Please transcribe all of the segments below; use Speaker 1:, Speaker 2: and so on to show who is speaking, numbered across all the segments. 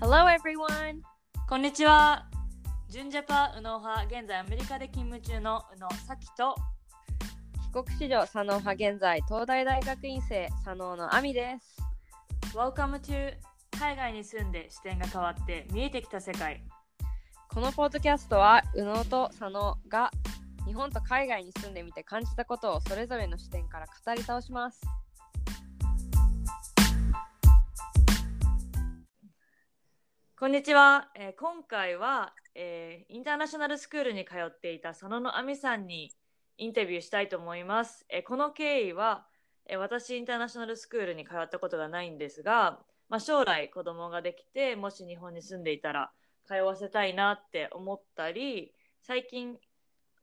Speaker 1: Hello, everyone!
Speaker 2: こんにちは。純ジャパ右脳派、現在アメリカで勤務中の右脳咲と。
Speaker 1: 帰国子女佐野派現在東大大学院生佐野の亜美です。
Speaker 2: Welcome to 海外に住んで視点が変わって見えてきた世界。
Speaker 1: このポッドキャストは右脳と佐野が日本と海外に住んでみて感じたことをそれぞれの視点から語り倒します。
Speaker 2: こんにちは。えー今回は、えーインターナショナルスクールに通っていた佐野の亜美さんにインタビューしたいと思います。えーこの経緯は、えー私インターナショナルスクールに通ったことがないんですが、まあ、将来子供ができてもし日本に住んでいたら通わせたいなって思ったり最近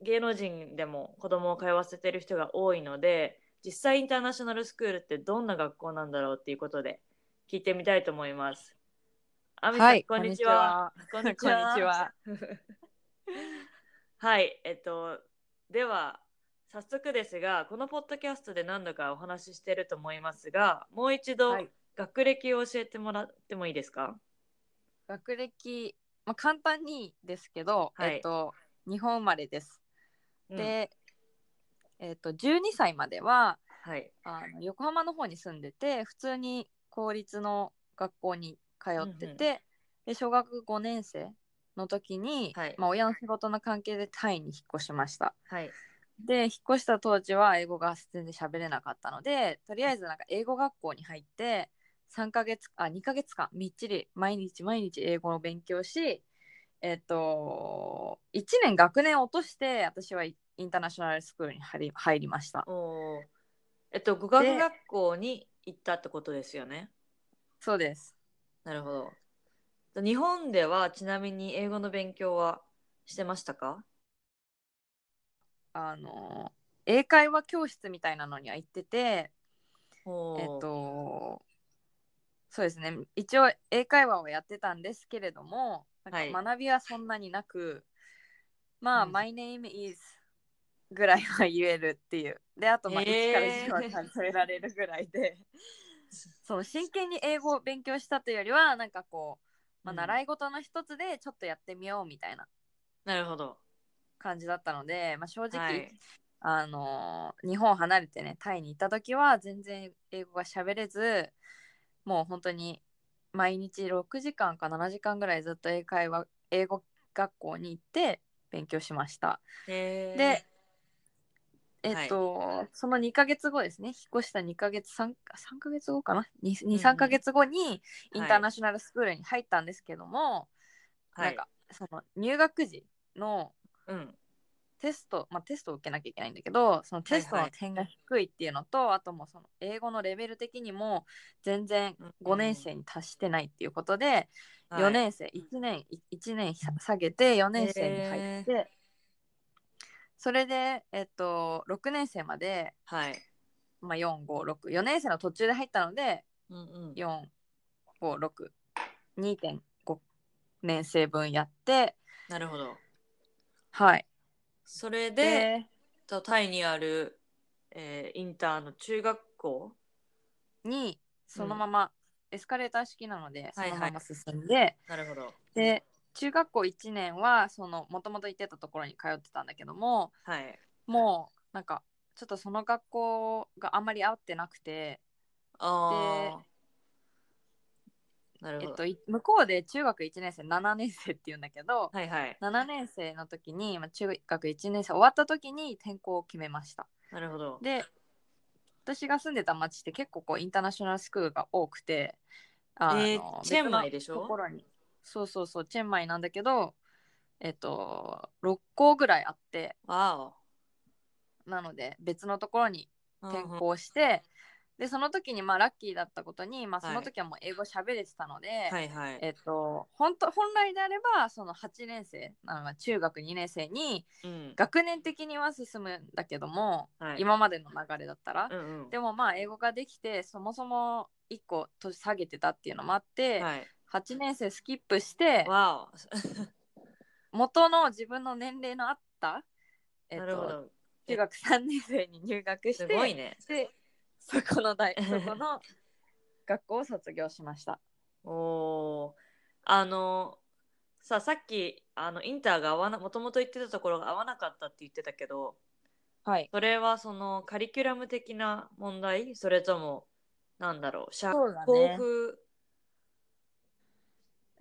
Speaker 2: 芸能人でも子供を通わせてる人が多いので実際インターナショナルスクールってどんな学校なんだろうっていうことで聞いてみたいと思います。あみさん、こんにちは。。こ ん
Speaker 1: こんにちは。
Speaker 2: はい、えっと、では、早速ですが、このポッドキャストで何度かお話ししてると思いますが、もう一度
Speaker 1: はい
Speaker 2: 学歴を教えてもらってもいいですか
Speaker 1: 学歴、まあ、簡単にですけど、
Speaker 2: はい
Speaker 1: えっと、日本生まれです。
Speaker 2: うん
Speaker 1: で、えっと、12歳までは
Speaker 2: はい。
Speaker 1: あの横浜の方に住んでて普通に公立の学校に通ってて、で小学5年生の時に、
Speaker 2: はい
Speaker 1: まあ、親の仕事の関係でタイに引っ越しました
Speaker 2: はい。
Speaker 1: で引っ越した当時は英語が全然喋れなかったのでとりあえずなんか英語学校に入って3ヶ月あ2ヶ月間みっちり毎日毎日英語を勉強しえっ、と1年学年落として私はインターナショナルスクールに入り入りました
Speaker 2: おーえっと、語学学校に行ったってことですよね。
Speaker 1: そうです
Speaker 2: なるほど。日本ではちなみに英語の勉強はしてましたか
Speaker 1: あの英会話教室みたいなのには行ってて、
Speaker 2: お
Speaker 1: えっ
Speaker 2: ー
Speaker 1: と、そうですね一応英会話をやってたんですけれどもな
Speaker 2: は
Speaker 1: ん
Speaker 2: い
Speaker 1: か学びはそんなになく、まあ、
Speaker 2: うん
Speaker 1: My name is ぐらいは言えるっていうであとまあ
Speaker 2: へー
Speaker 1: 1から10は数えられるぐらい でその真剣に英語を勉強したというよりはなんかこう、まあ、
Speaker 2: うん
Speaker 1: 習い事の一つでちょっとやってみようみたいな
Speaker 2: なるほど。
Speaker 1: 感じだったので、まあ、正直、
Speaker 2: はい。
Speaker 1: あのー日本を離れてねタイに行った時は全然英語が喋れずもう本当に毎日6時間か7時間ぐらいずっと英会話英語学校に行って勉強しました。
Speaker 2: へー
Speaker 1: で、えっとその2ヶ月後ですね引っ越した2ヶ月 3, 3ヶ月後かな
Speaker 2: うん
Speaker 1: 23ヶ月後にインターナショナルスクールに入ったんですけども、
Speaker 2: はい
Speaker 1: なんかその入学時の
Speaker 2: うん。
Speaker 1: テスト、まあ、テストを受けなきゃいけないんだけどそのテスト
Speaker 2: はいは
Speaker 1: の
Speaker 2: い
Speaker 1: 点が低いっていうのと、あともうその英語のレベル的にも全然5年生に達してないっていうことで、4
Speaker 2: はい
Speaker 1: 年生1年1年下げて4年生に入って、それで、えっと、6年生まで、
Speaker 2: はい。
Speaker 1: まあ、4564年生の途中で入ったので
Speaker 2: うんうん。
Speaker 1: 4562.5年生分やって
Speaker 2: なるほど。
Speaker 1: はい
Speaker 2: それで、とタイにある、えーインターの中学校。
Speaker 1: にそのまま、エスカレーター式なのでそ
Speaker 2: はいはい
Speaker 1: のまま進んで、
Speaker 2: なるほど。
Speaker 1: で中学校1年はそのもともと行ってたところに通ってたんだけども
Speaker 2: はい。
Speaker 1: もうなんかちょっとその学校があんまり合ってなくて、
Speaker 2: ああ。なる
Speaker 1: え
Speaker 2: ほ
Speaker 1: っ
Speaker 2: ど。
Speaker 1: と、い向こうで中学1年生7年生っていうんだけど、
Speaker 2: はいはい。
Speaker 1: 7年生の時に、まあ、中学1年生終わった時に転校を決めました
Speaker 2: なるほど。
Speaker 1: で私が住んでた町って結構こうインターナショナルスクールが多くてあ
Speaker 2: えーチェンマイでし
Speaker 1: 別の
Speaker 2: ょ
Speaker 1: ところにそうそうそうチェンマイなんだけどえっと6校ぐらいあって
Speaker 2: わ
Speaker 1: なので別のところに
Speaker 2: お。
Speaker 1: 転
Speaker 2: うんうん
Speaker 1: 校して、でその時にまあラッキーだったことに、まあ、
Speaker 2: はい
Speaker 1: その時はもう英語喋れてたので、
Speaker 2: はいはい。
Speaker 1: えっと、本当本来であればその8年生あの中学2年生に
Speaker 2: うん。
Speaker 1: 学年的には進むんだけども、
Speaker 2: はい
Speaker 1: 今までの流れだったら、
Speaker 2: うんうん。
Speaker 1: でもまあ英語ができてそもそも1個年下げてたっていうのもあって、
Speaker 2: はい。
Speaker 1: 8年生スキップして
Speaker 2: わお。
Speaker 1: 元の自分の年齢のあった、えっ
Speaker 2: なるほ
Speaker 1: と、
Speaker 2: ど。
Speaker 1: 中学3年生に入学して
Speaker 2: すごいね。
Speaker 1: でそこの大そこの学校を卒業しました。
Speaker 2: おお。あのささっきあのインターが合わなもともと言ってたところが合わなかったって言ってたけど
Speaker 1: はい。
Speaker 2: それはそのカリキュラム的な問題それともなんだろう社
Speaker 1: そうだ
Speaker 2: 交
Speaker 1: ね
Speaker 2: 風、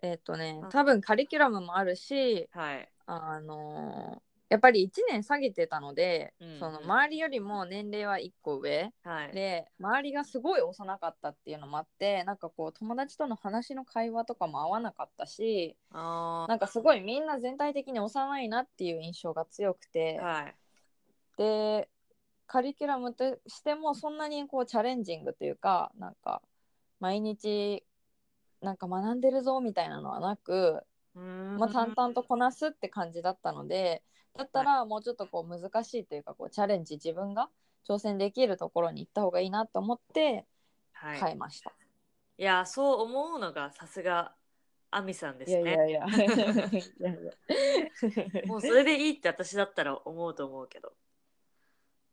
Speaker 1: えっ、とね
Speaker 2: あ
Speaker 1: 多分カリキュラムもあるし
Speaker 2: はい
Speaker 1: あのーやっぱり1年下げてたので、
Speaker 2: うん
Speaker 1: その周りよりも年齢は1個上
Speaker 2: はい
Speaker 1: で周りがすごい幼かったっていうのもあってなんかこう友達との話の会話とかも合わなかったし
Speaker 2: あ
Speaker 1: なんかすごいみんな全体的に幼いなっていう印象が強くて、
Speaker 2: ーはい
Speaker 1: でカリキュラムとしてもそんなにこうチャレンジングというかなんか毎日なんか学んでるぞみたいなのはなく、
Speaker 2: うーん
Speaker 1: まあ、淡々とこなすって感じだったのでだったらもうちょっとこう難しいというかこうチャレンジ自分が挑戦できるところに行った方がいいなと思って
Speaker 2: はい、
Speaker 1: 変え
Speaker 2: い、
Speaker 1: ました。
Speaker 2: やそう思うのがさすがアミさんです
Speaker 1: いや
Speaker 2: ね
Speaker 1: いやいやいやいや
Speaker 2: もうそれでいいって私だったら思うと思うけど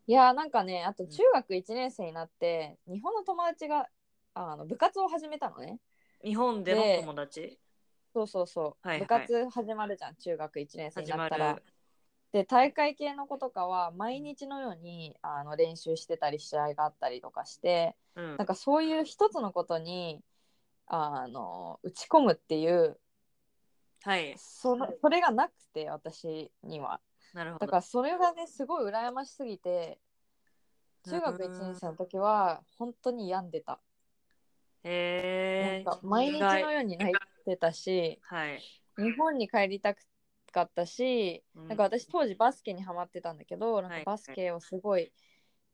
Speaker 1: いやなんかねあと中学1年生になって日本の友達があの部活を始めたのね。
Speaker 2: 日本での
Speaker 1: で
Speaker 2: 友達
Speaker 1: そうそうそう、
Speaker 2: はいはい
Speaker 1: 部活始まるじゃん中学1年生に
Speaker 2: 始
Speaker 1: な
Speaker 2: ま
Speaker 1: っ
Speaker 2: る
Speaker 1: たらで大会系の子とかは毎日のようにあの練習してたり試合があったりとかして
Speaker 2: うん
Speaker 1: なんかそういう一つのことにあの打ち込むっていう
Speaker 2: はい
Speaker 1: そのそれがなくて私には
Speaker 2: なるほ
Speaker 1: だ
Speaker 2: ど
Speaker 1: からそれがねすごい羨ましすぎて中学1年生の時は本当に病んでた、
Speaker 2: へえ
Speaker 1: なんか毎日の
Speaker 2: 意
Speaker 1: ように泣いてたし
Speaker 2: 外はい
Speaker 1: 日本に帰りたかったし、
Speaker 2: うん
Speaker 1: なんか私当時バスケにハマってたんだけど、なんかバスケをすごい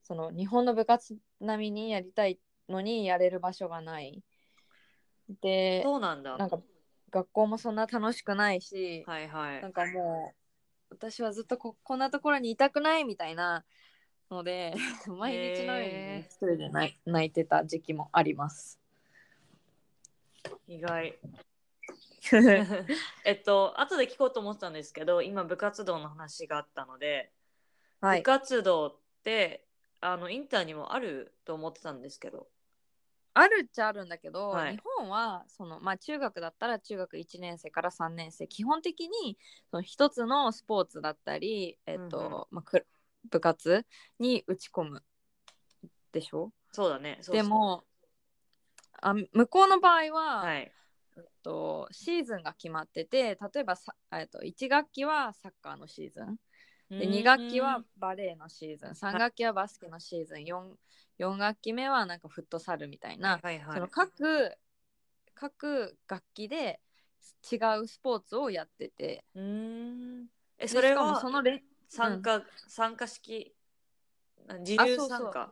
Speaker 1: その日本の部活並みにやりたいのにやれる場所がないで
Speaker 2: そうなんだ
Speaker 1: なんか学校もそんな楽しくないし、
Speaker 2: はいはい
Speaker 1: なんかもう私はずっとここんなところにいたくないみたいなので 毎日のようにね
Speaker 2: へー
Speaker 1: 一人で泣い泣いてた時期もあり ます。
Speaker 2: 意外えっと後で聞こうと思ってたんですけど今部活動の話があったので、
Speaker 1: はい
Speaker 2: 部活動ってあのインターにもあると思ってたんですけど
Speaker 1: あるっちゃあるんだけど、
Speaker 2: はい
Speaker 1: 日本はその、まあ、中学だったら中学1年生から3年生基本的にその一つのスポーツだったり、えっと
Speaker 2: うんうん
Speaker 1: まあ、く部活に打ち込むでしょ
Speaker 2: そうだねそうそう
Speaker 1: でもあ向こうの場合は、
Speaker 2: はい
Speaker 1: えっと、シーズンが決まってて例えばさ、えっと、1学期はサッカーのシーズンで
Speaker 2: うん
Speaker 1: 2学期はバレエのシーズン3学期はバスケのシーズン 4, 4学期目はなんかフットサルみたいな
Speaker 2: はいはい
Speaker 1: その各各楽器で違うスポーツをやってて
Speaker 2: うーんえ
Speaker 1: で
Speaker 2: それ
Speaker 1: しかも
Speaker 2: は
Speaker 1: その連
Speaker 2: 参加、参加式な自
Speaker 1: そう
Speaker 2: 由
Speaker 1: そう
Speaker 2: 参加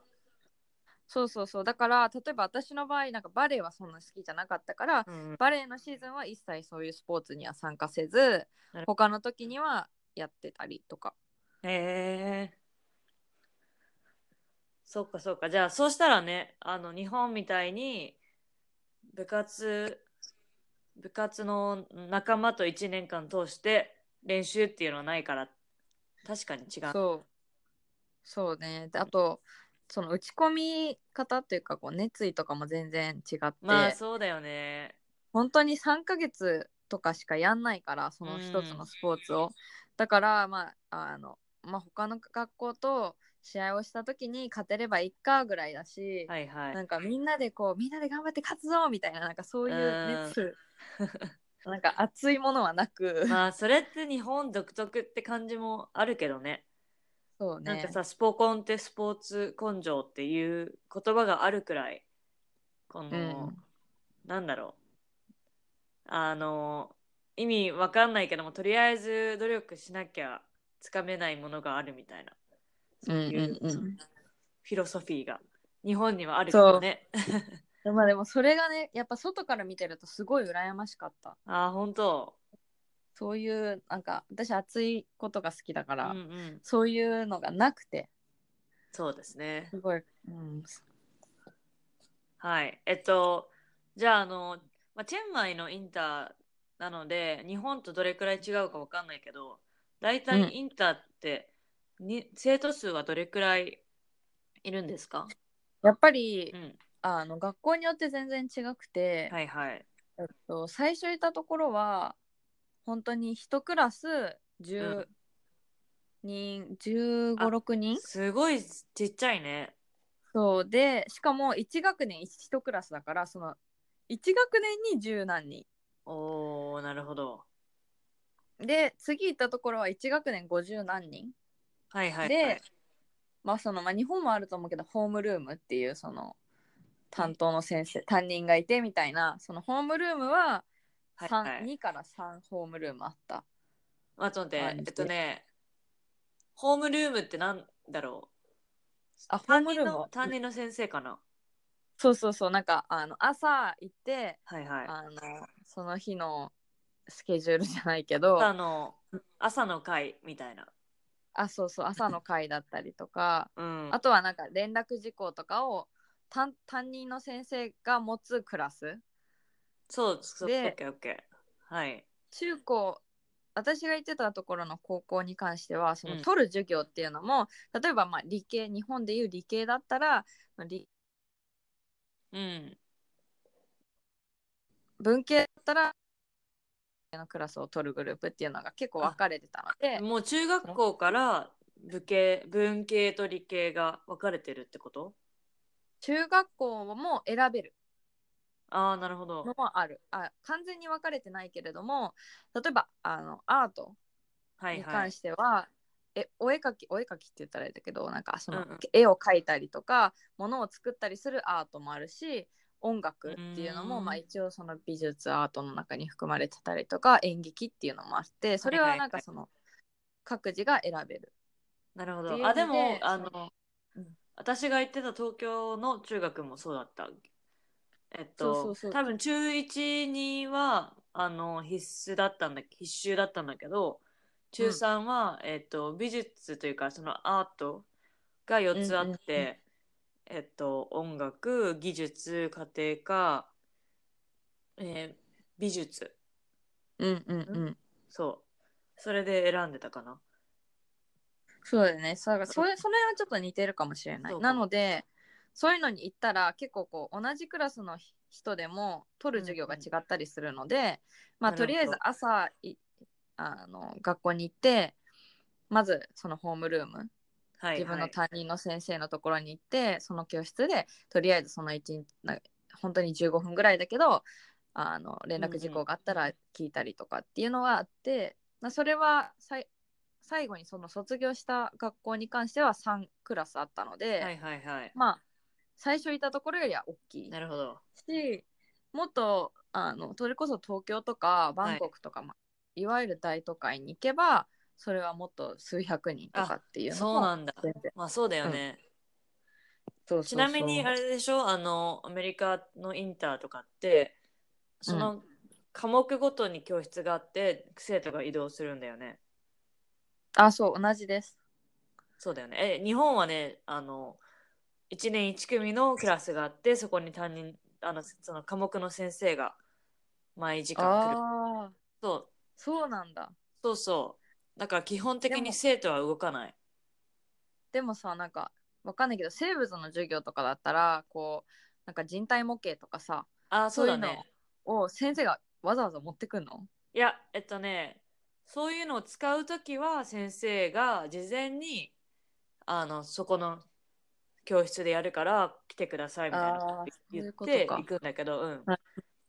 Speaker 1: そうそうそうだから例えば私の場合なんかバレエはそんな好きじゃなかったから
Speaker 2: うん
Speaker 1: バレエのシーズンは一切そういうスポーツには参加せず
Speaker 2: ほど
Speaker 1: 他の時にはやってたりとか
Speaker 2: へえそっかそっかじゃあそうしたらねあの日本みたいに部活部活の仲間と1年間通して練習っていうのはないから確かに違う
Speaker 1: そうそうねであとその打ち込み方というかこう熱意とかも全然違って、
Speaker 2: まあそうだよね
Speaker 1: 本当に3ヶ月とかしかやんないからその一つのスポーツを、だからまああの、まあ、他の学校と試合をした時に勝てればいいかぐらいだし、
Speaker 2: はいはい
Speaker 1: なんかみんなでこうみんなで頑張って勝つぞみたいななんかそういう 熱なんか熱いものはなく、
Speaker 2: まあそれって日本独特って感じもあるけどね
Speaker 1: そう
Speaker 2: なん
Speaker 1: ね
Speaker 2: かさスポコンってスポーツ根性っていう言葉があるくらいこの、なんだろうあの意味わかんないけどもとりあえず努力しなきゃつかめないものがあるみたいな
Speaker 1: うんうんう
Speaker 2: そうんフィロソフィーが日本にはあるからね
Speaker 1: でもでもそれがねやっぱ外から見てるとすごい羨ましかった
Speaker 2: ああ本当
Speaker 1: そういうなんか私熱いことが好きだか
Speaker 2: うん
Speaker 1: ら、
Speaker 2: うん
Speaker 1: そういうのがなくて
Speaker 2: そうですね
Speaker 1: すごい、うん、
Speaker 2: はい。えっと、じゃあ、あの、まあ、チェンマイのインターなので、日本とどれくらい違うかわかんないけど、大
Speaker 1: うん
Speaker 2: 体インターってに、生徒数はどれくらいいるんですか
Speaker 1: やっぱり、
Speaker 2: うん。
Speaker 1: あの学校によって全然違くて、
Speaker 2: はいはい。
Speaker 1: えっと、最初いたところは本当に一クラス10人、15、
Speaker 2: あ
Speaker 1: 6人
Speaker 2: すごいちっちゃいね。
Speaker 1: そうでしかも1学年1クラスだからその1学年に十何人
Speaker 2: おー、なるほど。
Speaker 1: で次行ったところは1学年50何人
Speaker 2: はいはい、はい。
Speaker 1: で、まあそのまあ、日本もあると思うけどホームルームっていうその担当の先生担任がいてみたいなそのホームルームは、
Speaker 2: はい
Speaker 1: 三
Speaker 2: はい
Speaker 1: 2から3ホームルームあった
Speaker 2: まあ、ちょっと待って
Speaker 1: あ、
Speaker 2: えっとね、ホームルームってなんだろう
Speaker 1: あホー
Speaker 2: 担
Speaker 1: ム
Speaker 2: 任
Speaker 1: ルーム
Speaker 2: の
Speaker 1: は
Speaker 2: 担任の先生かな
Speaker 1: そうそうそうなんかあの朝行って
Speaker 2: はいはい。
Speaker 1: あのその日のスケジュールじゃないけど
Speaker 2: 朝の、朝の会みたいな。
Speaker 1: あそうそう朝の会だったりとか
Speaker 2: うん。
Speaker 1: あとはなんか連絡事項とかを担担任の先生が持つクラス
Speaker 2: そう、そう、オ
Speaker 1: で
Speaker 2: ッケーオッケー。はい。
Speaker 1: 中高私が行ってたところの高校に関してはその
Speaker 2: うん
Speaker 1: 取る授業っていうのも、例えばまあ理系日本でいう理系だったらまあ理
Speaker 2: うん。
Speaker 1: 文系だったらのクラスを取るグループっていうのが結構分かれてたので
Speaker 2: もう中学校から武系、文系と理系が分かれてるってこと
Speaker 1: 中学校も選べる
Speaker 2: ああ、なるほど
Speaker 1: の。もあるあ完全に分かれてないけれども例えばあのアート
Speaker 2: はい
Speaker 1: に
Speaker 2: は
Speaker 1: 関
Speaker 2: い。
Speaker 1: しては、えお絵描きお絵描きって言ったらあれだけどなんかその、
Speaker 2: うんうん
Speaker 1: 絵を描いたりとかものを作ったりするアートもあるし音楽っていうの
Speaker 2: う
Speaker 1: も
Speaker 2: ーん
Speaker 1: まあ、一応その美術アートの中に含まれてたりとか演劇っていうのもあってそれはなんかその、各自が選べる。
Speaker 2: なるほ
Speaker 1: っていう
Speaker 2: ど。
Speaker 1: の
Speaker 2: あ、でも
Speaker 1: で、
Speaker 2: あ
Speaker 1: そ
Speaker 2: の
Speaker 1: うん、
Speaker 2: 私が行ってた東京の中学もそうだった。えっ
Speaker 1: そうそ
Speaker 2: と
Speaker 1: う、そう
Speaker 2: 多分中1には、あの、必須だったんだ、必修だったんだけど、中3は、えっと、美術というか、そのアートが4つあっ
Speaker 1: うんうん
Speaker 2: て、えっと、音楽、技術、家庭科、えー美術。
Speaker 1: うんうんうん、
Speaker 2: そう。それで選んでたかな。
Speaker 1: そうだよねそうそれそれはちょっと似てるかもしれな
Speaker 2: そ
Speaker 1: いう
Speaker 2: かも
Speaker 1: なのでそういうのに行ったら結構こう同じクラスの人でも取る授業が違ったりするので、まあ
Speaker 2: なるほど
Speaker 1: とりあえず朝いあの学校に行ってまずそのホームルーム
Speaker 2: はい、
Speaker 1: 自分
Speaker 2: は
Speaker 1: の
Speaker 2: い
Speaker 1: 担任の先生のところに行って、その教室でとりあえずその1日な本当に15分ぐらいだけどあの連絡事項があったら聞いたりとかっていうのはあって、まあそれはさい最後にその卒業した学校に関しては3クラスあったので、
Speaker 2: はいはいはい。
Speaker 1: まあ最初いたところよりは大きい
Speaker 2: なるほど。
Speaker 1: しもっとあのそれこそ東京とかバンコクとか、まあいわゆる大都会に行けばそれはもっと数百人とかっていうのも
Speaker 2: そうなんだ。
Speaker 1: 全然
Speaker 2: まあそうだよね。
Speaker 1: そうそうそう
Speaker 2: ちなみにあれでしょあのアメリカのインターとかってその科目ごとに教室があって生徒が移動するんだよね。
Speaker 1: あそう同じです
Speaker 2: そうだよね。え日本はねあの1年1組のクラスがあってそこに担任あのその科目の先生が毎時間来る。
Speaker 1: ああ
Speaker 2: そう
Speaker 1: そうなんだ
Speaker 2: そうそう。だから基本的
Speaker 1: で
Speaker 2: に
Speaker 1: も
Speaker 2: 生徒は動かない。
Speaker 1: でもさなんかわかんないけど生物の授業とかだったらこうなんか人体模型とかさ
Speaker 2: ああそうだ
Speaker 1: そういう
Speaker 2: ね
Speaker 1: の。を先生がわざわざ持ってくんの
Speaker 2: いや、えっとね、そういうのを使うときは先生が事前にあのそこの教室でやるから来てくださいみたいなこと
Speaker 1: あー
Speaker 2: 言
Speaker 1: そうい
Speaker 2: っ
Speaker 1: うこと
Speaker 2: て
Speaker 1: か
Speaker 2: 行くんだけど、うん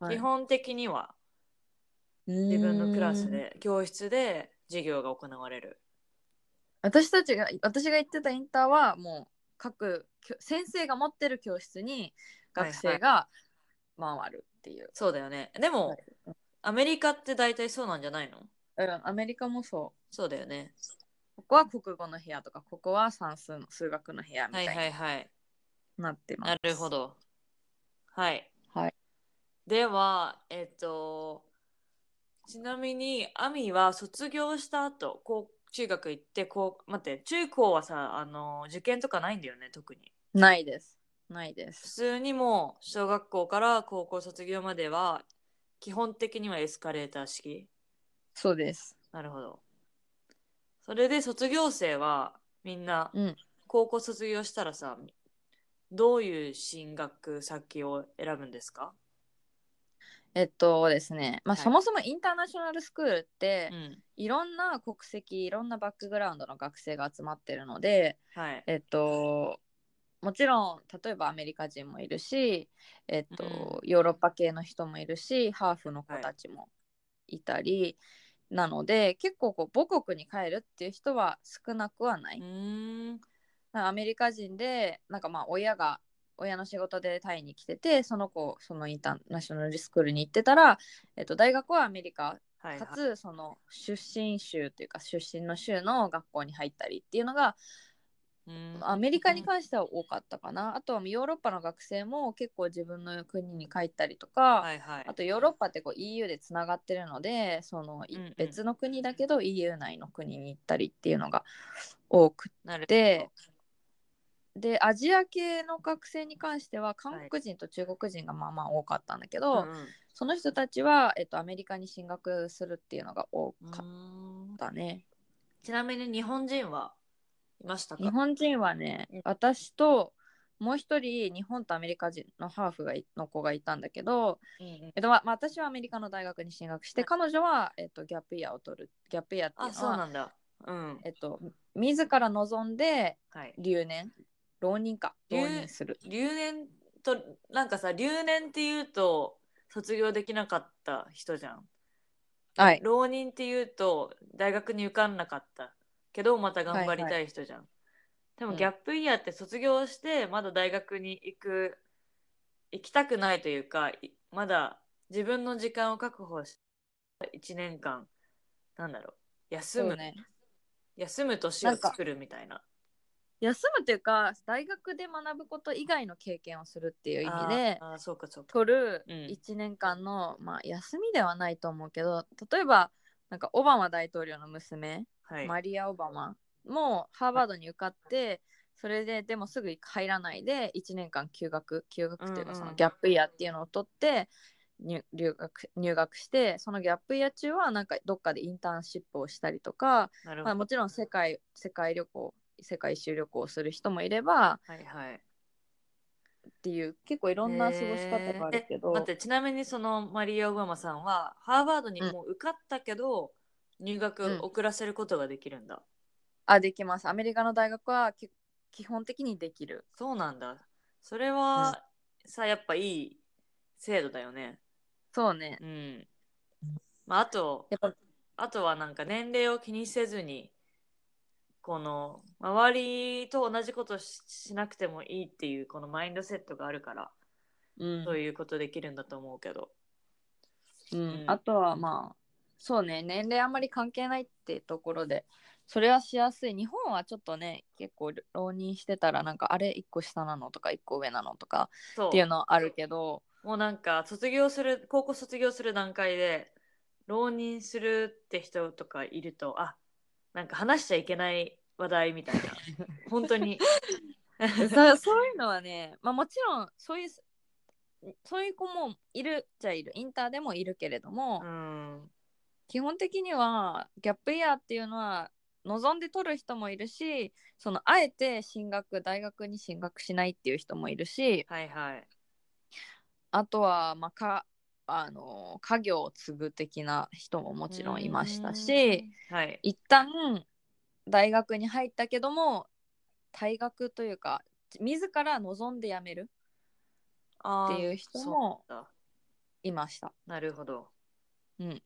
Speaker 1: は
Speaker 2: 基本的には自
Speaker 1: 自
Speaker 2: 分のクラスで教室で授業が行われる。
Speaker 1: 私たちが私が行ってたインターはもう各教先生が持ってる教室に学生が回るっていう、
Speaker 2: そうだよね。でも、
Speaker 1: はい
Speaker 2: アメリカって大体そうなんじゃないの
Speaker 1: うんアメリカもそう
Speaker 2: そうだよね。
Speaker 1: ここは国語の部屋とかここは算数の数学の部屋み
Speaker 2: は
Speaker 1: た
Speaker 2: い
Speaker 1: い
Speaker 2: は
Speaker 1: に
Speaker 2: いはい。
Speaker 1: なってます、
Speaker 2: なるほど。はい。
Speaker 1: はい
Speaker 2: では、えっと、ちなみに、アミは卒業した後、こう中学行って、こう、待って、中高はさ、あの、受験とかないんだよね、特に。
Speaker 1: ないですないで
Speaker 2: 普
Speaker 1: す
Speaker 2: 通にもう、小学校から高校卒業までは、基本的にはエスカレーター式。
Speaker 1: そうです
Speaker 2: なるほど。それで卒業生は、みんな、
Speaker 1: うん
Speaker 2: 高校卒業したらさ、どういう進学先を選ぶんですか
Speaker 1: えっとですね、まあ、
Speaker 2: はい
Speaker 1: そもそもインターナショナルスクールって、
Speaker 2: うん、
Speaker 1: いろんな国籍いろんなバックグラウンドの学生が集まってるので、
Speaker 2: はい。。
Speaker 1: えっと、もちろん例えばアメリカ人もいるし、えっとヨーロッパ系の人もいるしハーフの子たちもいたり、なので結構こう母国に帰るっていう人は少なくはないう
Speaker 2: ーん。
Speaker 1: なんかアメリカ人でなんかまあ親が親の仕事でタイに来ててその子そのインターナショナルスクールに行ってたら、えっと、大学はアメリカ
Speaker 2: はい、
Speaker 1: か
Speaker 2: はい。
Speaker 1: つその出身州というか出身の州の学校に入ったりっていうのが
Speaker 2: うん
Speaker 1: アメリカに関しては多かったかなあとはヨーロッパの学生も結構自分の国に帰ったりとか、
Speaker 2: はいはい。
Speaker 1: あとヨーロッパってこう EU でつながってるのでそのい
Speaker 2: うんうん
Speaker 1: 別の国だけど EU 内の国に行ったりっていうのが多く
Speaker 2: なる
Speaker 1: ででアジア系の学生に関しては韓国人と中国人がまあまあ多かったんだけど、
Speaker 2: ほどうん
Speaker 1: その人たちは、えっと、アメリカに進学するっていうのが多
Speaker 2: うん
Speaker 1: かっ
Speaker 2: うーん
Speaker 1: たね。
Speaker 2: ちなみに日本人はいましたか
Speaker 1: 日本人はね
Speaker 2: うん
Speaker 1: 私ともう一人日本とアメリカ人のハーフがいの子がいたんだけど、
Speaker 2: うんうん
Speaker 1: えっとままあ、私はアメリカの大学に進学して、
Speaker 2: はい
Speaker 1: 彼女は、えっと、ギャップイヤーを取るギャップイヤーってい
Speaker 2: あ、
Speaker 1: うの
Speaker 2: そう
Speaker 1: は
Speaker 2: なんだ。うん。
Speaker 1: えっと、自ら望んで
Speaker 2: はい。
Speaker 1: 留年浪人か
Speaker 2: 留
Speaker 1: 浪人する
Speaker 2: 留年と、なんかさ、留年っていうと、卒業できなかった人じゃん。
Speaker 1: はい
Speaker 2: 浪人っていうと、大学に受かんなかったけど、また頑張りたい人じゃん。でも、
Speaker 1: うん
Speaker 2: ギャップイヤーって卒業して、まだ大学に行く、行きたくないというか、いまだ自分の時間を確保し、1年間、なんだろう、休
Speaker 1: そう
Speaker 2: む、
Speaker 1: ね
Speaker 2: 休む年
Speaker 1: な
Speaker 2: を
Speaker 1: んか
Speaker 2: 作るみたいな。
Speaker 1: 休むというか大学で学ぶこと以外の経験をするっていう意味で
Speaker 2: あーあー、そうかそうか。
Speaker 1: 取る
Speaker 2: うん
Speaker 1: 1年間の、まあ、休みではないと思うけど例えばなんかオバマ大統領の娘、
Speaker 2: はい。
Speaker 1: マリア・オバマもハーバードに受かってそれででもすぐ入らないで1年間休学休学という
Speaker 2: うんう
Speaker 1: か
Speaker 2: ん
Speaker 1: そのギャップイヤーっていうのを取って入留学入学してそのギャップイヤー中はなんかどっかでインターンシップをしたりとか、
Speaker 2: なるほ
Speaker 1: まあ、
Speaker 2: ど。
Speaker 1: もちろん世界世界旅行世界一周旅行をする人もいれば
Speaker 2: はいはい。
Speaker 1: っていう結構いろんな過ごし方があるけど、
Speaker 2: え待ってちなみにそのマリア・オバマさんはハーバードに
Speaker 1: うん
Speaker 2: もう受かったけど、入学を遅らせることができるんだ、
Speaker 1: あできますアメリカの大学はき基本的にできる
Speaker 2: そうなんだそれは、さやっぱいい制度だよね
Speaker 1: そうね
Speaker 2: うんまああと
Speaker 1: やっぱ
Speaker 2: あとはなんか年齢を気にせずにこの周りと同じことししなくてもいいっていうこのマインドセットがあるから、
Speaker 1: うん
Speaker 2: そういうことできるんだと思うけど
Speaker 1: うん
Speaker 2: うん
Speaker 1: あとはまあそうね年齢あんまり関係ないってところでそれはしやすい日本はちょっとね結構浪人してたらなんかあれ1個下なのとか1個上なのとか
Speaker 2: そう
Speaker 1: っていうのはあるけど
Speaker 2: もうなんか卒業する高校卒業する段階で浪人するって人とかいるとあなんか話しちゃいけない話題みたいな 本当に
Speaker 1: そそういうのはね、まあ、もちろんそういうそういう子もいるっちゃいるインターでもいるけれども、
Speaker 2: うん
Speaker 1: 基本的にはギャップイヤーっていうのは望んで取る人もいるしそのあえて進学大学に進学しないっていう人もいるし
Speaker 2: はいはい
Speaker 1: あとは、まあ、かあの家業を継ぐ的な人ももちろんいましたし
Speaker 2: うんはい
Speaker 1: 一旦大学に入ったけども退学というか自ら望んで辞める
Speaker 2: あー
Speaker 1: っていう人
Speaker 2: そう
Speaker 1: も
Speaker 2: だ
Speaker 1: いました。
Speaker 2: なるほど
Speaker 1: うん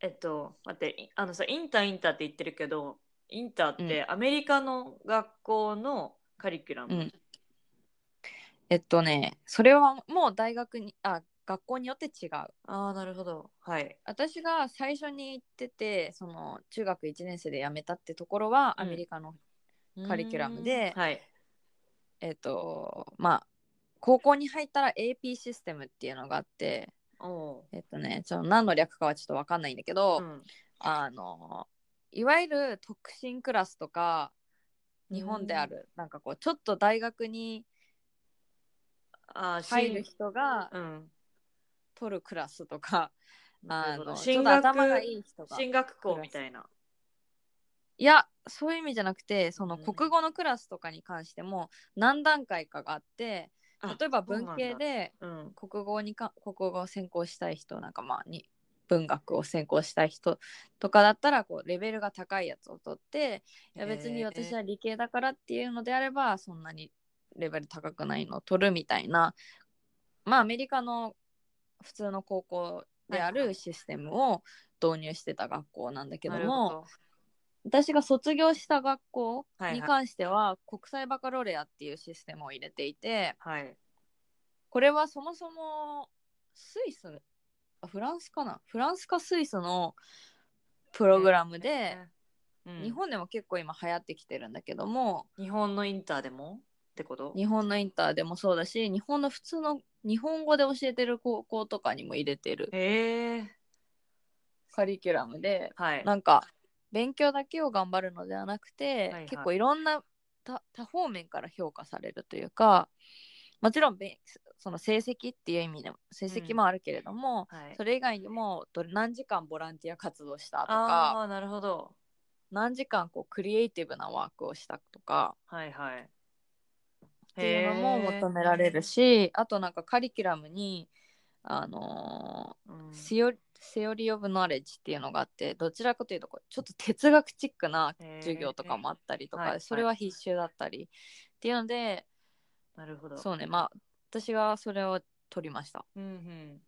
Speaker 2: えっと待っていあのさインターインターって言ってるけどインターってアメリカの学校のカリキュラム、
Speaker 1: うんえっとねそれはもう大学にあ学校によって違う。
Speaker 2: ああなるほどはい
Speaker 1: 私が最初に行っててその中学1年生で辞めたってところは
Speaker 2: う
Speaker 1: ア
Speaker 2: ん
Speaker 1: メリカの、カリキュラムで
Speaker 2: うんはい
Speaker 1: えっ、とまあ高校に入ったら AP システムっていうのがあって
Speaker 2: お
Speaker 1: えっ、とねちょ何の略かはちょっと分かんないんだけど、
Speaker 2: ーうん
Speaker 1: あのいわゆる特進クラスとか日本である、なんかこうちょっと大学に
Speaker 2: あー
Speaker 1: 入る
Speaker 2: 進
Speaker 1: 人が
Speaker 2: うん、
Speaker 1: 取るクラスとか、
Speaker 2: な
Speaker 1: あ
Speaker 2: るほど
Speaker 1: のちょ
Speaker 2: 進
Speaker 1: っと
Speaker 2: 学
Speaker 1: 頭がいい人が
Speaker 2: 進学校みたいな。
Speaker 1: いやそういう意味じゃなくてその
Speaker 2: うん
Speaker 1: 国語のクラスとかに関しても何段階かがあって
Speaker 2: あ
Speaker 1: 例えば文系
Speaker 2: そうなんだ
Speaker 1: で
Speaker 2: うん
Speaker 1: 国語にか国語を専攻したい人なんかまあに文学を専攻したい人とかだったらこうレベルが高いやつを取っていや別に私は理系だからっていうのであればそんなにレベル高くないのを取るみたいなまあアメリカの普通の高校であ
Speaker 2: はいは
Speaker 1: る
Speaker 2: い
Speaker 1: システムを導入してた学校なんだけど
Speaker 2: なる
Speaker 1: も、
Speaker 2: ほど
Speaker 1: 私が卒業した学校
Speaker 2: はい
Speaker 1: に
Speaker 2: はい
Speaker 1: 関しては国際バカロレアっていうシステムを入れていて
Speaker 2: はい
Speaker 1: これはそもそもスイスあフランスかなフランスかスイスのプログラムで
Speaker 2: うん
Speaker 1: 日本でも結構今流行ってきてるんだけども
Speaker 2: 日本のインターでもってこと
Speaker 1: 日本のインターでもそうだし日本の普通の日本語で教えてる高校とかにも入れてる
Speaker 2: へえ
Speaker 1: カリキュラムで
Speaker 2: はい
Speaker 1: なんか勉強だけを頑張るのではなくて、
Speaker 2: はいはい
Speaker 1: 結構いろんな多多方面から評価されるというかもちろんべその成績っていう意味でも成績もあるけれども、
Speaker 2: はい
Speaker 1: それ以外にもどれ何時間ボランティア活動したと
Speaker 2: あ
Speaker 1: か
Speaker 2: あなるほど
Speaker 1: 何時間こうクリエイティブなワークをしたとか
Speaker 2: はいはいっ
Speaker 1: っていうのも求められるしあとなんかカリキュラムにあのーセオセオリー・オブ・ノレッジっていうのがあってどちらかというとこうちょっと哲学チックな授業とかもあったりと
Speaker 2: へー
Speaker 1: か、
Speaker 2: はい
Speaker 1: それは必修だったり、っていうので
Speaker 2: なるほど
Speaker 1: そうねまあ私はそれを取りました。
Speaker 2: うんうん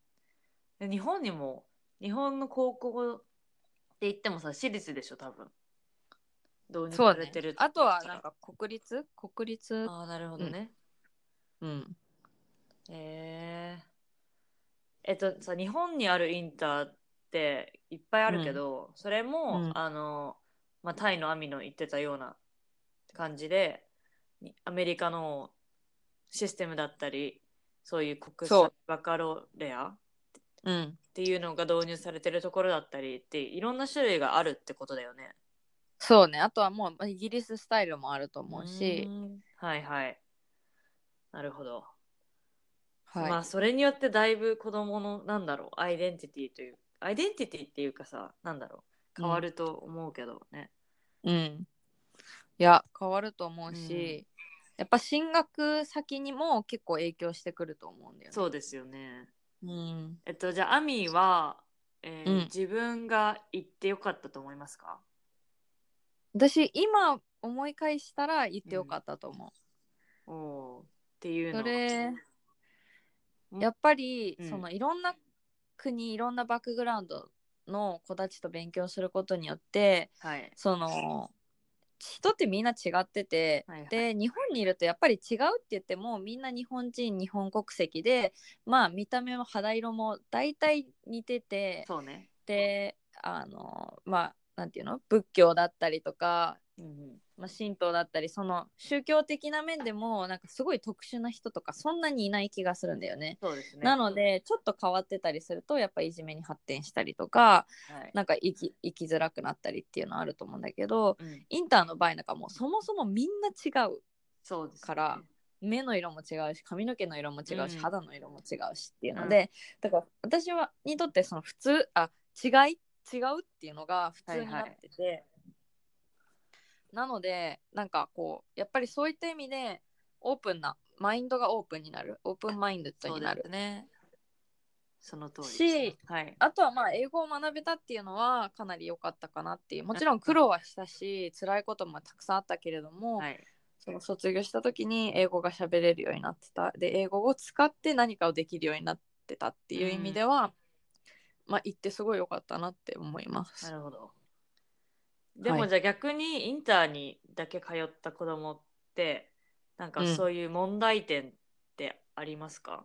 Speaker 2: で日本にも日本の高校って言ってもさ私立でしょ多分導入
Speaker 1: そ
Speaker 2: さ
Speaker 1: う
Speaker 2: れ
Speaker 1: ね
Speaker 2: てるって、
Speaker 1: あとはなんか国立国立
Speaker 2: ああなるほどね、
Speaker 1: うん
Speaker 2: へええっとさ日本にあるインターっていっぱいあるけど、それも、
Speaker 1: うん
Speaker 2: あの、まあ、タイのアミの言ってたような感じでにアメリカのシステムだったりそういう国
Speaker 1: そ
Speaker 2: 際
Speaker 1: う
Speaker 2: バカロレア
Speaker 1: うん
Speaker 2: っていうのが導入されてるところだったりっていろんな種類があるってことだよね。
Speaker 1: そうねあとはもうイギリススタイルもあると思うし
Speaker 2: う、んはいはい。なるほど。
Speaker 1: はい
Speaker 2: まあそれによってだいぶ子供のなんだろうアイデンティティというアイデンティティっていうかさなんだろう変わると思うけどね。
Speaker 1: うん、いや変わると思うし、やっぱ進学先にも結構影響してくると思うんだよね。
Speaker 2: そうですよね。
Speaker 1: うん
Speaker 2: えっとじゃあアミーは、えー
Speaker 1: うん
Speaker 2: 自分が行ってよかったと思いますか
Speaker 1: 私今思い返したら言ってよかったと思
Speaker 2: おおーっていう
Speaker 1: う。
Speaker 2: の
Speaker 1: それ
Speaker 2: うん
Speaker 1: やっぱり、
Speaker 2: うん
Speaker 1: そのいろんな国いろんなバックグラウンドの子たちと勉強することによって
Speaker 2: はい
Speaker 1: その人ってみんな違ってて、
Speaker 2: はいはい
Speaker 1: で日本にいるとやっぱり違うって言ってもみんな日本人日本国籍でまあ見た目も肌色も大体似てて
Speaker 2: そうね。
Speaker 1: であのまあなんていうの仏教だったりとか
Speaker 2: うんうん
Speaker 1: まあ、神道だったりその宗教的な面でもなんかすごい特殊な人とかそんなにいない気がするんだよね。
Speaker 2: そうですね。
Speaker 1: なのでちょっと変わってたりするとやっぱいじめに発展したりとか
Speaker 2: はい。
Speaker 1: なんか生き生きづらくなったりっていうのはあると思うんだけど
Speaker 2: うん
Speaker 1: インターの場合なんかもうそもそもみんな違う
Speaker 2: そうですね
Speaker 1: から目の色も違うし髪の毛の色も違うし、
Speaker 2: うん
Speaker 1: 肌の色も違うしっていうので、だから私はにとってその普通あ違い違うっていうのが普通になってて、なのでなんかこうやっぱりそういった意味でオープンなマインドがオープンになるオープンマインド
Speaker 2: そ
Speaker 1: に
Speaker 2: う
Speaker 1: な
Speaker 2: で
Speaker 1: る
Speaker 2: すね。その通りですね
Speaker 1: し
Speaker 2: はい。
Speaker 1: あとはまあ英語を学べたっていうのはかなり良かったかなっていうもちろん苦労はしたし辛いこともたくさんあったけれども、
Speaker 2: はい。
Speaker 1: その卒業した時に英語が喋れるようになってたで英語を使って何かをできるようになってたっていう意味では、まあ行ってすごい良かったなって思います。
Speaker 2: なるほど。でもじゃあ逆にインターにだけ通った子供ってなんか
Speaker 1: うん
Speaker 2: そういう問題点ってありますか、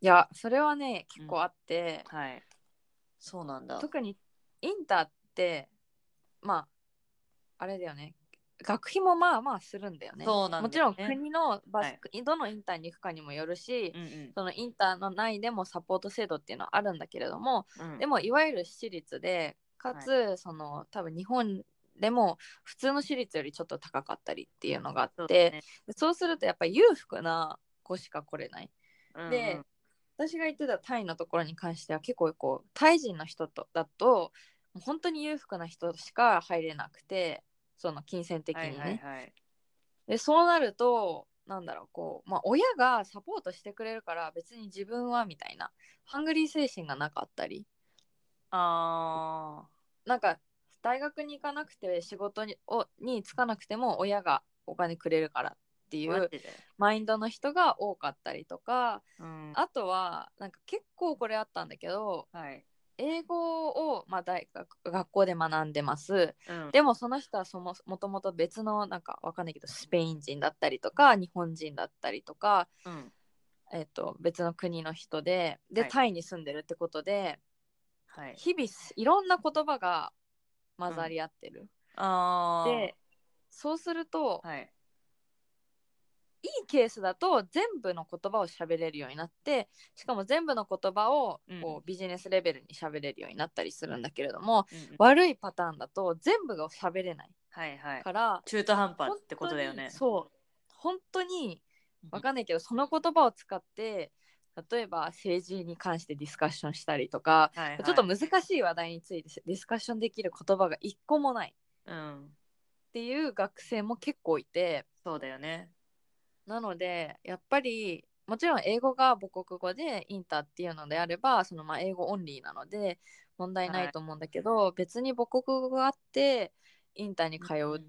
Speaker 1: いやそれはね結構あって、
Speaker 2: はい。そうなんだ。
Speaker 1: 特にインターってまああれだよね学費もまあまあするんだよね。
Speaker 2: そうなんだ、ね。
Speaker 1: もちろん国の場所、
Speaker 2: はい
Speaker 1: どのインターに行くかにもよるし、
Speaker 2: うん
Speaker 1: そのインターの内でもサポート制度っていうのはあるんだけれども、
Speaker 2: うんうん、
Speaker 1: でもいわゆる私立でかつ、その多分日本でも普通の私立よりちょっと高かったりっていうのがあ
Speaker 2: そう
Speaker 1: っ
Speaker 2: で
Speaker 1: て
Speaker 2: すね、
Speaker 1: そう,、するとやっぱり裕福な子しか来れない。
Speaker 2: うんうん
Speaker 1: で私が言ってたタイのところに関しては結構こうタイ人の人とだともう本当に裕福な人しか入れなくてその金銭的にね。
Speaker 2: はいはいはい。
Speaker 1: でそうなるとなんだろうこう、まあ、親がサポートしてくれるから別に自分はみたいなハングリー精神がなかったり
Speaker 2: あ
Speaker 1: なんか大学に行かなくて仕事にをに就かなくても親がお金くれるからってい
Speaker 2: ーマ
Speaker 1: う
Speaker 2: ジで、
Speaker 1: マインドの人が多かったりとか
Speaker 2: うん、
Speaker 1: あとはなんか結構これあったんだけど
Speaker 2: はい、
Speaker 1: 英語を、まあ、大学学校で学んでます
Speaker 2: うん、
Speaker 1: でもその人はそももともと別のなんかわかんないけどスペイン人だったりとか日本人だったりとか、
Speaker 2: うん、
Speaker 1: えっと別の国の人でで、
Speaker 2: はい
Speaker 1: タイに住んでるってことで
Speaker 2: はい
Speaker 1: 日々いろんな言葉が混ざり合ってる。
Speaker 2: あー
Speaker 1: でそうすると、
Speaker 2: はい
Speaker 1: い、いケースだと全部の言葉を喋れるようになってしかも全部の言葉をこ
Speaker 2: うん
Speaker 1: うビジネスレベルに喋れるようになったりするんだけれども、
Speaker 2: うんうん
Speaker 1: 悪いパターンだと全部が喋れない
Speaker 2: はいはい
Speaker 1: から、
Speaker 2: 中途半端ってことだよ
Speaker 1: 本当
Speaker 2: ね
Speaker 1: にそう本当に
Speaker 2: うん
Speaker 1: わかんないけどその言葉を使って例えば政治に関してディスカッションしたりとか、
Speaker 2: はいはい
Speaker 1: ちょっと難しい話題についてディスカッションできる言葉が一個もない
Speaker 2: うん
Speaker 1: っていう学生も結構いて
Speaker 2: そうだよね
Speaker 1: なのでやっぱりもちろん英語が母国語でインターっていうのであればそのまあ英語オンリーなので問題ないと思うんだけど、別に母国語があってインターに通うっ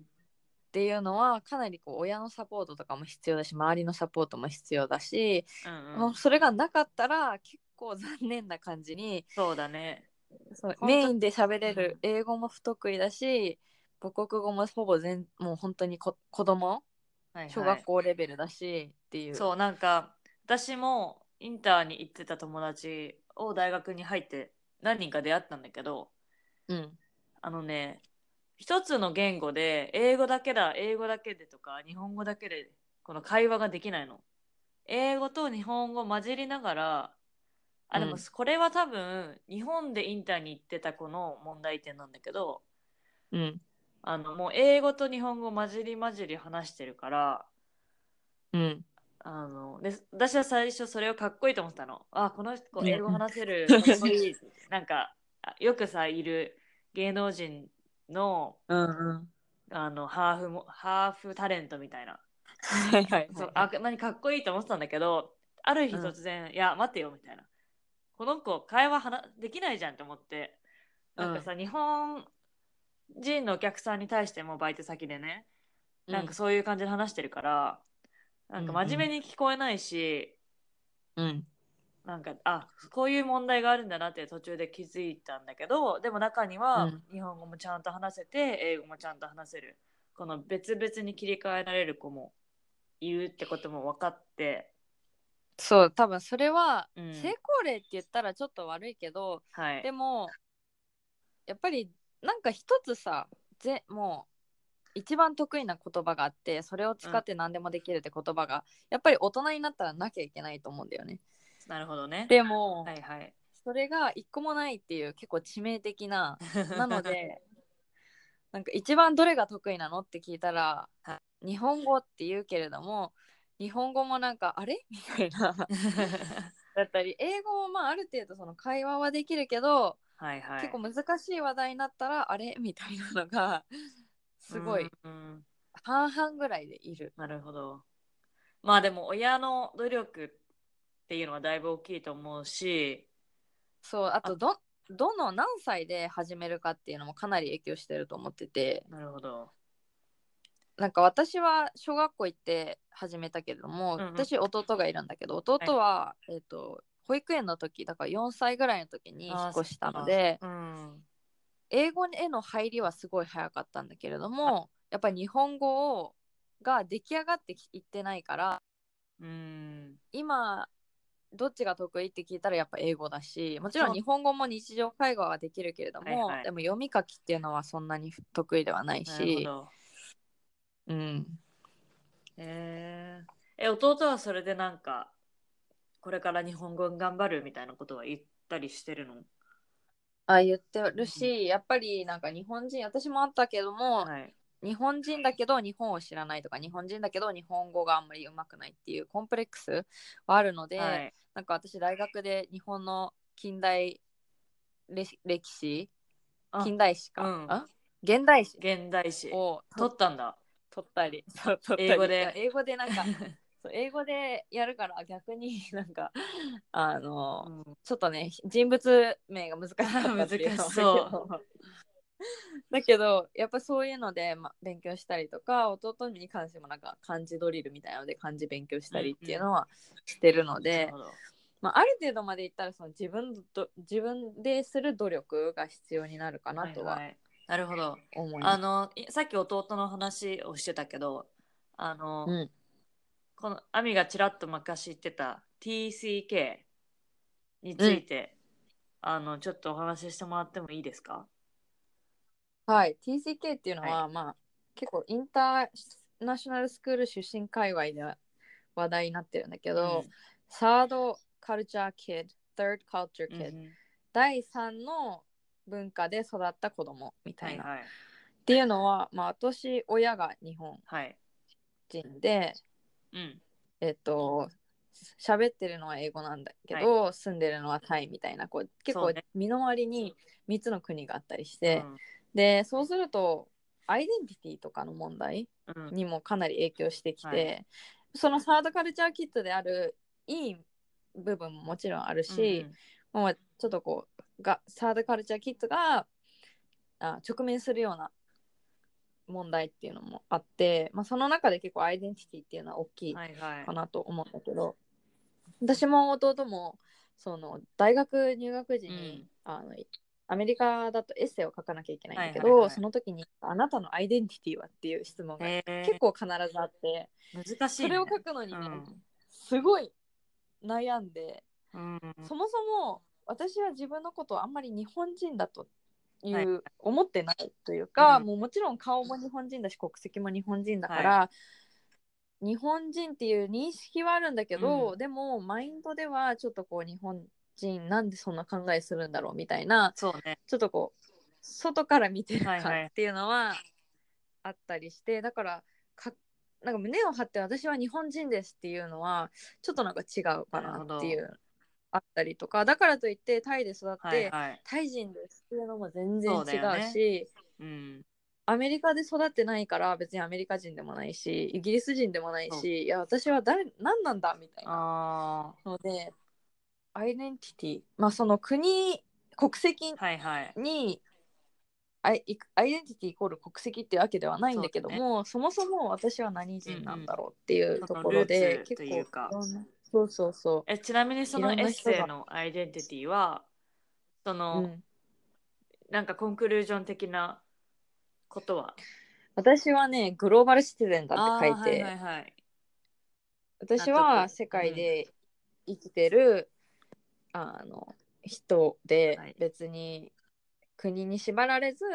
Speaker 1: ていうのはかなりこう親のサポートとかも必要だし周りのサポートも必要だし、
Speaker 2: うんう
Speaker 1: も
Speaker 2: ん
Speaker 1: う、それがなかったら結構残念な感じに
Speaker 2: そうだね
Speaker 1: そう
Speaker 2: 当
Speaker 1: メインで喋れる英語も不得意だし、母国語もほぼ全もう本当にこ子供
Speaker 2: はいはい
Speaker 1: 小学校レベルだしっていう。
Speaker 2: そうなんか私もインターに行ってた友達を大学に入って何人か出会ったんだけど
Speaker 1: うん
Speaker 2: あのね一つの言語で英語だけだ英語だけでとか日本語だけでこの会話ができないの英語と日本語混じりながらあでも
Speaker 1: うん
Speaker 2: これは多分日本でインターに行ってた子の問題点なんだけど
Speaker 1: うん
Speaker 2: あのもう英語と日本語混じり混じり話してるから
Speaker 1: うん
Speaker 2: あので私は最初それをかっこいいと思ってたの。あこの人こう
Speaker 1: うん
Speaker 2: 英語話 せるかっこいいなんかあよくさいる芸能人の
Speaker 1: うん
Speaker 2: あのハーフもハーフタレントみたいな
Speaker 1: はいはい
Speaker 2: そう
Speaker 1: は
Speaker 2: あ何かっこいいと思ってたんだけどある日
Speaker 1: うん
Speaker 2: 突然「いや待ってよ」みたいなこの子会話はなできないじゃんと思ってなんかさ、日本人のお客さんに対してもバイト先でね
Speaker 1: い
Speaker 2: なんかそういう感じで話してるから、なんか真面目に聞こえないし、
Speaker 1: うん
Speaker 2: なんかあこういう問題があるんだなって途中で気づいたんだけどでも中には
Speaker 1: うん
Speaker 2: 日本語もちゃんと話せて英語もちゃんと話せるこの別々に切り替えられる子もいるってことも分かって、
Speaker 1: そう多分それは
Speaker 2: うん
Speaker 1: 成功例って言ったらちょっと悪いけど、
Speaker 2: はい、
Speaker 1: でもやっぱりなんか一つさぜもう一番得意な言葉があってそれを使って何でもできるって言葉が、やっぱり大人になったらなきゃいけないと思うんだよね。
Speaker 2: なるほどね
Speaker 1: でも、
Speaker 2: はいはい
Speaker 1: それが一個もないっていう結構致命的 ななのでなんか一番どれが得意なのって聞いたら、
Speaker 2: は
Speaker 1: 日本語って言うけれども日本語もなんかあれ みたい なだったり英語もまあある程度その会話はできるけど
Speaker 2: はいはい
Speaker 1: 結構難しい話題になったらあれみたいなのがすごい
Speaker 2: うんうん
Speaker 1: 半々ぐらいでいる。
Speaker 2: なるほどまあでも親の努力っていうのはだいぶ大きいと思うし
Speaker 1: そうあとどどの何歳で始めるかっていうのもかなり影響してると思ってて
Speaker 2: なるほど
Speaker 1: なんか私は小学校行って始めたけれども、
Speaker 2: うんうん
Speaker 1: 私弟がいるんだけど弟は、えっと保育園の時だから4歳ぐらいの時に引っ越したので
Speaker 2: うん
Speaker 1: 英語への入りはすごい早かったんだけれどもやっぱり日本語をが出来上がってきいってないから
Speaker 2: うん
Speaker 1: 今どっちが得意って聞いたらやっぱ英語だしもちろ
Speaker 2: そ
Speaker 1: ん
Speaker 2: う
Speaker 1: 日本語も日常会話はできるけれども、
Speaker 2: はいはい
Speaker 1: でも読み書きっていうのはそんなに得意ではない
Speaker 2: なるほ
Speaker 1: し、
Speaker 2: ど
Speaker 1: うん、
Speaker 2: へええ弟はそれでなんかこれから日本語頑張るみたいなことは言ったりしてるの
Speaker 1: あ言ってるしやっぱりなんか日本人私もあったけども、
Speaker 2: はい
Speaker 1: 日本人だけど日本を知らないとか日本人だけど日本語があんまりうまくないっていうコンプレックスはあるので、
Speaker 2: はい
Speaker 1: なんか私大学で日本の近代歴歴史
Speaker 2: あ
Speaker 1: 近代史か、
Speaker 2: うん
Speaker 1: あ現代史
Speaker 2: 現代史
Speaker 1: を
Speaker 2: 取ったんだ
Speaker 1: 取ったり、そう取ったり
Speaker 2: 英語で
Speaker 1: 英語でなんかそう英語でやるから逆になんかあの、
Speaker 2: うん
Speaker 1: ちょっとね人物名が難しかったっていうのはあるけど
Speaker 2: 難しそ
Speaker 1: だけどやっぱそういうので、ま、勉強したりとか弟に関してもなんか漢字ドリルみたいなので漢字勉強したりっていうのはしてるので、
Speaker 2: なるほど
Speaker 1: まあ、ある程度までいったらその自分ど自分でする努力が必要になるかなとはい
Speaker 2: いなるほど。
Speaker 1: 思いま
Speaker 2: あ
Speaker 1: す。
Speaker 2: のいさっき弟の話をしてたけどあの、
Speaker 1: うん
Speaker 2: このアミがちらっと昔言ってた TCK について、あのちょっとお話ししてもらってもいいですか
Speaker 1: はい、TCK っていうのは、まあ結構インターナショナルスクール出身界隈では話題になってるんだけど、サードカルチャーキッド、third culture
Speaker 2: う
Speaker 1: kid、
Speaker 2: んうん
Speaker 1: 第三の文化で育った子供みた
Speaker 2: はいい
Speaker 1: な、
Speaker 2: はい
Speaker 1: っていうのは、まあ、私親が日本
Speaker 2: はい
Speaker 1: 人で
Speaker 2: うん
Speaker 1: えっと喋ってるのは英語なんだけど、住んでるのはタイみたいなこう結
Speaker 2: そ
Speaker 1: 構
Speaker 2: うね
Speaker 1: 身の回りに3つの国があったりして、
Speaker 2: うん
Speaker 1: でそうするとアイデンティティとかの問題
Speaker 2: うん
Speaker 1: にもかなり影響してきて、
Speaker 2: はい
Speaker 1: そのサードカルチャーキットであるいい部分ももちろんあるし、まあ、ちょっとこうがサードカルチャーキットがあ直面するような問題っていうのもあって、まあ、その中で結構アイデンティティっていうのは大き
Speaker 2: う
Speaker 1: い
Speaker 2: んはいはい
Speaker 1: かなと思うんだけど、私も弟もその大学入学時に、あのアメリカだとエッセイを書かなきゃいけないんだけど、
Speaker 2: はいはいはい
Speaker 1: その時に「あなたのアイデンティティは?」っていう質問が
Speaker 2: へー
Speaker 1: 結構必ずあって、
Speaker 2: 難しい、
Speaker 1: そ
Speaker 2: ね、
Speaker 1: れを書くのに
Speaker 2: う
Speaker 1: ね、
Speaker 2: ん
Speaker 1: すごい悩んで、
Speaker 2: うん
Speaker 1: そもそも私は自分のことをあんまり日本人だという、
Speaker 2: はい
Speaker 1: 思ってないというか、
Speaker 2: うん
Speaker 1: もうもちろん顔も日本人だし国籍も日本人だから、日本人っていう認識はあるんだけど、
Speaker 2: う
Speaker 1: でもマインドではちょっとこう日本人なんでそんな考えするんだろうみたいな
Speaker 2: そうね
Speaker 1: ちょっとこう外から見てる
Speaker 2: はい
Speaker 1: 感
Speaker 2: はい
Speaker 1: っていうのはあったりして、だからかなんか胸を張って私は日本人ですっていうのはちょっとなんか違うかなっていうあったりとかだからといってタイで育って、
Speaker 2: はいはい
Speaker 1: タイ人ですっていうのも全然違
Speaker 2: そううだよね
Speaker 1: し
Speaker 2: うん
Speaker 1: アメリカで育ってないから別にアメリカ人でもないしイギリス人でもない
Speaker 2: そう
Speaker 1: しいや私は誰何なんだみたいな
Speaker 2: あ
Speaker 1: のでアイデンティティまあその国国籍
Speaker 2: ーはいはい
Speaker 1: にアイイアイデンティティイコール国籍っていうわけではないんだけどもそ,、もそも私は何人なんだろうっていうところで、
Speaker 2: うんうんそのルーツ
Speaker 1: 結
Speaker 2: という
Speaker 1: 構
Speaker 2: か
Speaker 1: いろんなそうそうそ
Speaker 2: えちなみにその
Speaker 1: い
Speaker 2: エ
Speaker 1: ろんな
Speaker 2: ッ
Speaker 1: 人が、
Speaker 2: セイのアイデンティティはそうの、
Speaker 1: うん、
Speaker 2: なんかコンクルージョン的なことは
Speaker 1: 私はねグローバルシティゼンだって書いて、
Speaker 2: あーはいはいはい
Speaker 1: 私
Speaker 2: 納
Speaker 1: は
Speaker 2: 得
Speaker 1: 世界で生きてる、あの人で
Speaker 2: はい
Speaker 1: 別に国に縛られず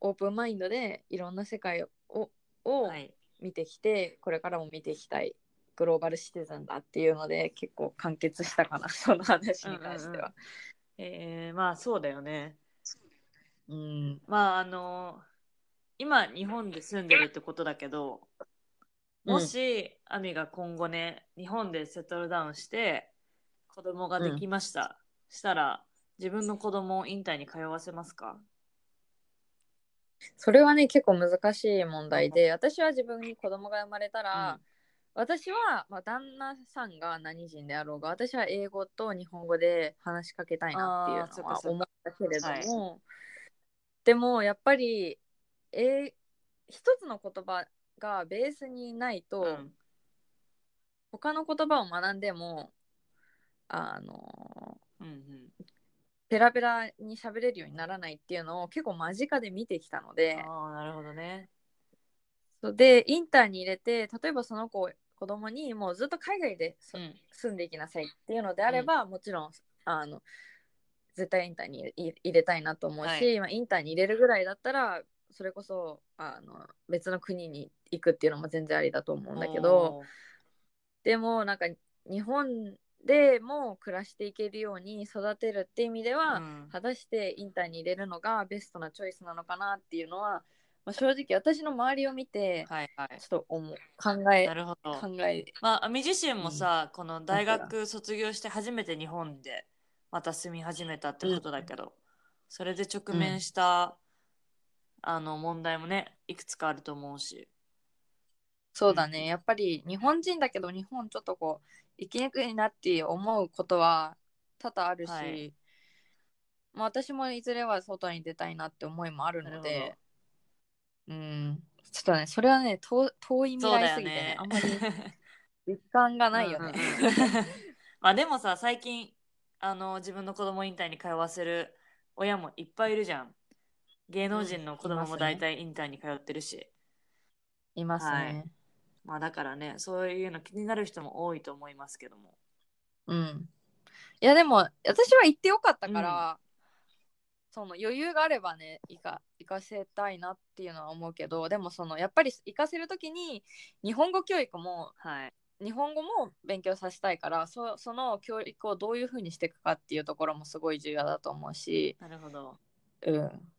Speaker 1: オープンマインドでいろんな世界をを
Speaker 2: はい
Speaker 1: 見てきて、これからも見ていきたいグローバルシティズンだっていうので結構完結したかな その話に関しては。
Speaker 2: えーまあそうだよね
Speaker 1: うん
Speaker 2: まああの今日本で住んでるってことだけどもし、亜美が今後ね日本でセトルダウンして子供ができました、したら自分の子供をインターに通わせますか
Speaker 1: それはね結構難しい問題で私は自分に子供が生まれたら、
Speaker 2: うん
Speaker 1: 私は、まあ、旦那さんが何人であろうが私は英語と日本語で話しかけたいなっていうの
Speaker 2: あー
Speaker 1: は
Speaker 2: そっ
Speaker 1: 思
Speaker 2: か
Speaker 1: ったけれども、でもやっぱり、えー一つの言葉がベースにないと、
Speaker 2: うん
Speaker 1: 他の言葉を学んでもあの
Speaker 2: うんうん
Speaker 1: ペラペラに喋れるようにならないっていうのを結構間近で見てきたので。
Speaker 2: ああなるほどね
Speaker 1: そうでインターに入れて例えばその子子供にもうずっと海外でそ、
Speaker 2: うん
Speaker 1: 住んでいきなさいっていうのであれば、もちろんあの絶対インターに入れ入れたいなと思うし、
Speaker 2: はい
Speaker 1: まあ、インターに入れるぐらいだったらそれこそあの別の国に行くっていうのも全然ありだと思うんだけど
Speaker 2: おー
Speaker 1: でもなんか日本でも暮らしていけるように育てるって意味では、
Speaker 2: うん
Speaker 1: 果たしてインターに入れるのがベストなチョイスなのかなっていうのは、まあ、正直私の周りを見て、
Speaker 2: はいはい
Speaker 1: ちょっと思う考え
Speaker 2: なるほど
Speaker 1: 考え
Speaker 2: まあ、亜美自身もさ、この大学卒業して初めて日本でまた住み始めたってことだけど、それで直面した、あの問題もねいくつかあると思うし
Speaker 1: そうだねやっぱり日本人だけど日本ちょっとこう生きにくいなって思うことは多々あるし、
Speaker 2: はい
Speaker 1: まあ、私もいずれは外に出たいなって思いもあるの
Speaker 2: なる
Speaker 1: でうんちょっとねそれはね遠遠い未
Speaker 2: そうだ
Speaker 1: 来
Speaker 2: よ
Speaker 1: すぎてね
Speaker 2: ね。
Speaker 1: あんまり実感がないよ
Speaker 2: うん
Speaker 1: ね
Speaker 2: うんうん。 まあでもさ最近あの自分の子供引退に通わせる親もいっぱいいるじゃん。芸能人の子供も大体インターに通ってるし、
Speaker 1: いますね。
Speaker 2: はいまあだからねそういうの気になる人も多いと思いますけども
Speaker 1: うん。いやでも私は行ってよかったから、その余裕があればね行か行かせたいなっていうのは思うけどでもそのやっぱり行かせる時に日本語教育も
Speaker 2: はい
Speaker 1: 日本語も勉強させたいからそその教育をどういうふうにしていくかっていうところもすごい重要だと思うし、
Speaker 2: なるほど
Speaker 1: うん、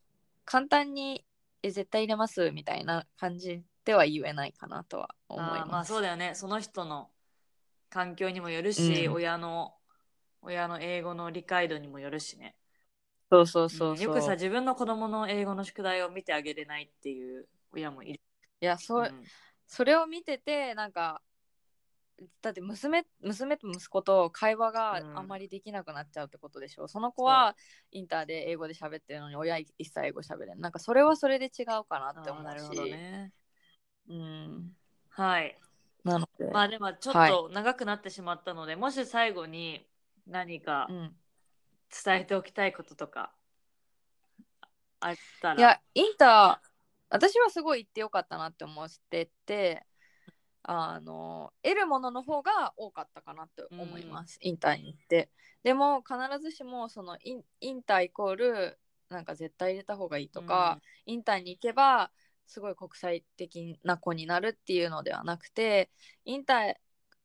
Speaker 1: 簡単にえ絶対入れますみたいな感じでは言えないかなとは思い
Speaker 2: あーま
Speaker 1: ま
Speaker 2: あ
Speaker 1: す。
Speaker 2: そうだよねその人の環境にもよるし、
Speaker 1: うん
Speaker 2: 親の親の英語の理解度にもよるしね
Speaker 1: そうそうそうそう。
Speaker 2: んよくさ自分の子供の英語の宿題を見てあげれないっていう親もいる
Speaker 1: いやそう、
Speaker 2: ん
Speaker 1: それを見ててなんかだって娘娘と息子と会話が
Speaker 2: うん
Speaker 1: あんまりできなくなっちゃうってことでしょ、その子はインターで英語で喋ってるのに親一切英語喋れないなんかそれはそれで違うかなって
Speaker 2: あ
Speaker 1: 思うし
Speaker 2: ーなるほどね
Speaker 1: うん、
Speaker 2: はい
Speaker 1: なので、
Speaker 2: まあでもちょっと長くなってしまったので、もし最後に何か
Speaker 1: うん、
Speaker 2: 伝えておきたいこととかあったら
Speaker 1: いやインター私はすごい行ってよかったなって思っててあの得るものの方が多かったかなって思います、インターに行ってでも必ずしもそのインインターイコールなんか絶対入れた方がいいとか、インターに行けばすごい国際的な子になるっていうのではなくてインター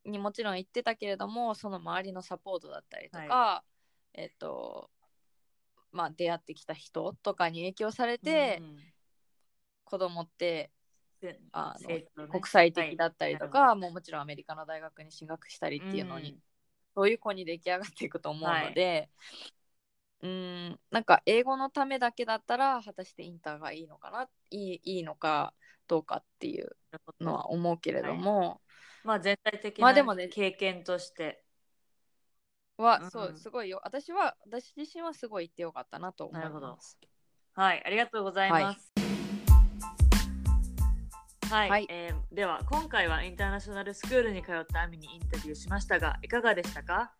Speaker 1: にもちろん行ってたけれどもその周りのサポートだったりとか、えっとまあ出会ってきた人とかに影響され
Speaker 2: うん
Speaker 1: て、
Speaker 2: うんうん
Speaker 1: 子供って
Speaker 2: で
Speaker 1: あの
Speaker 2: 生徒ね
Speaker 1: 国際的だったりとか、
Speaker 2: は
Speaker 1: もうもちろんアメリカの大学に進学したり
Speaker 2: い
Speaker 1: っていうのに、
Speaker 2: ん
Speaker 1: そういう子に出来上がっていくと思うので、うーんなんか英語のためだけだったら果たしてインターがいいのかないいいいのかどうかっていうのは思うけれども、
Speaker 2: まあ全体的
Speaker 1: ま
Speaker 2: な
Speaker 1: あでもね
Speaker 2: 経験として、
Speaker 1: は
Speaker 2: うん
Speaker 1: そうすごいよ私は私自身はすごい行ってよかったなと思い
Speaker 2: なるほど
Speaker 1: ます。
Speaker 2: はいありがとうございますはい、
Speaker 1: はい
Speaker 2: えーでは今回はインターナショナルスクールに通ったアミにインタビューしましたがいかがでしたか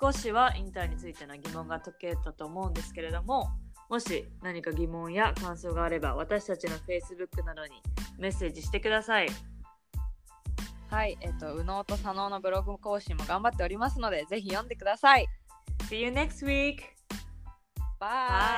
Speaker 2: 少しはインターについての疑問が解けたと思うんですけれどももし何か疑問や感想があれば私たちの Facebook などにメッセージしてください
Speaker 1: はい、えっ、と右脳と左脳のブログ更新も頑張っておりますのでぜひ読んでください。
Speaker 2: See you next week!
Speaker 1: バイ。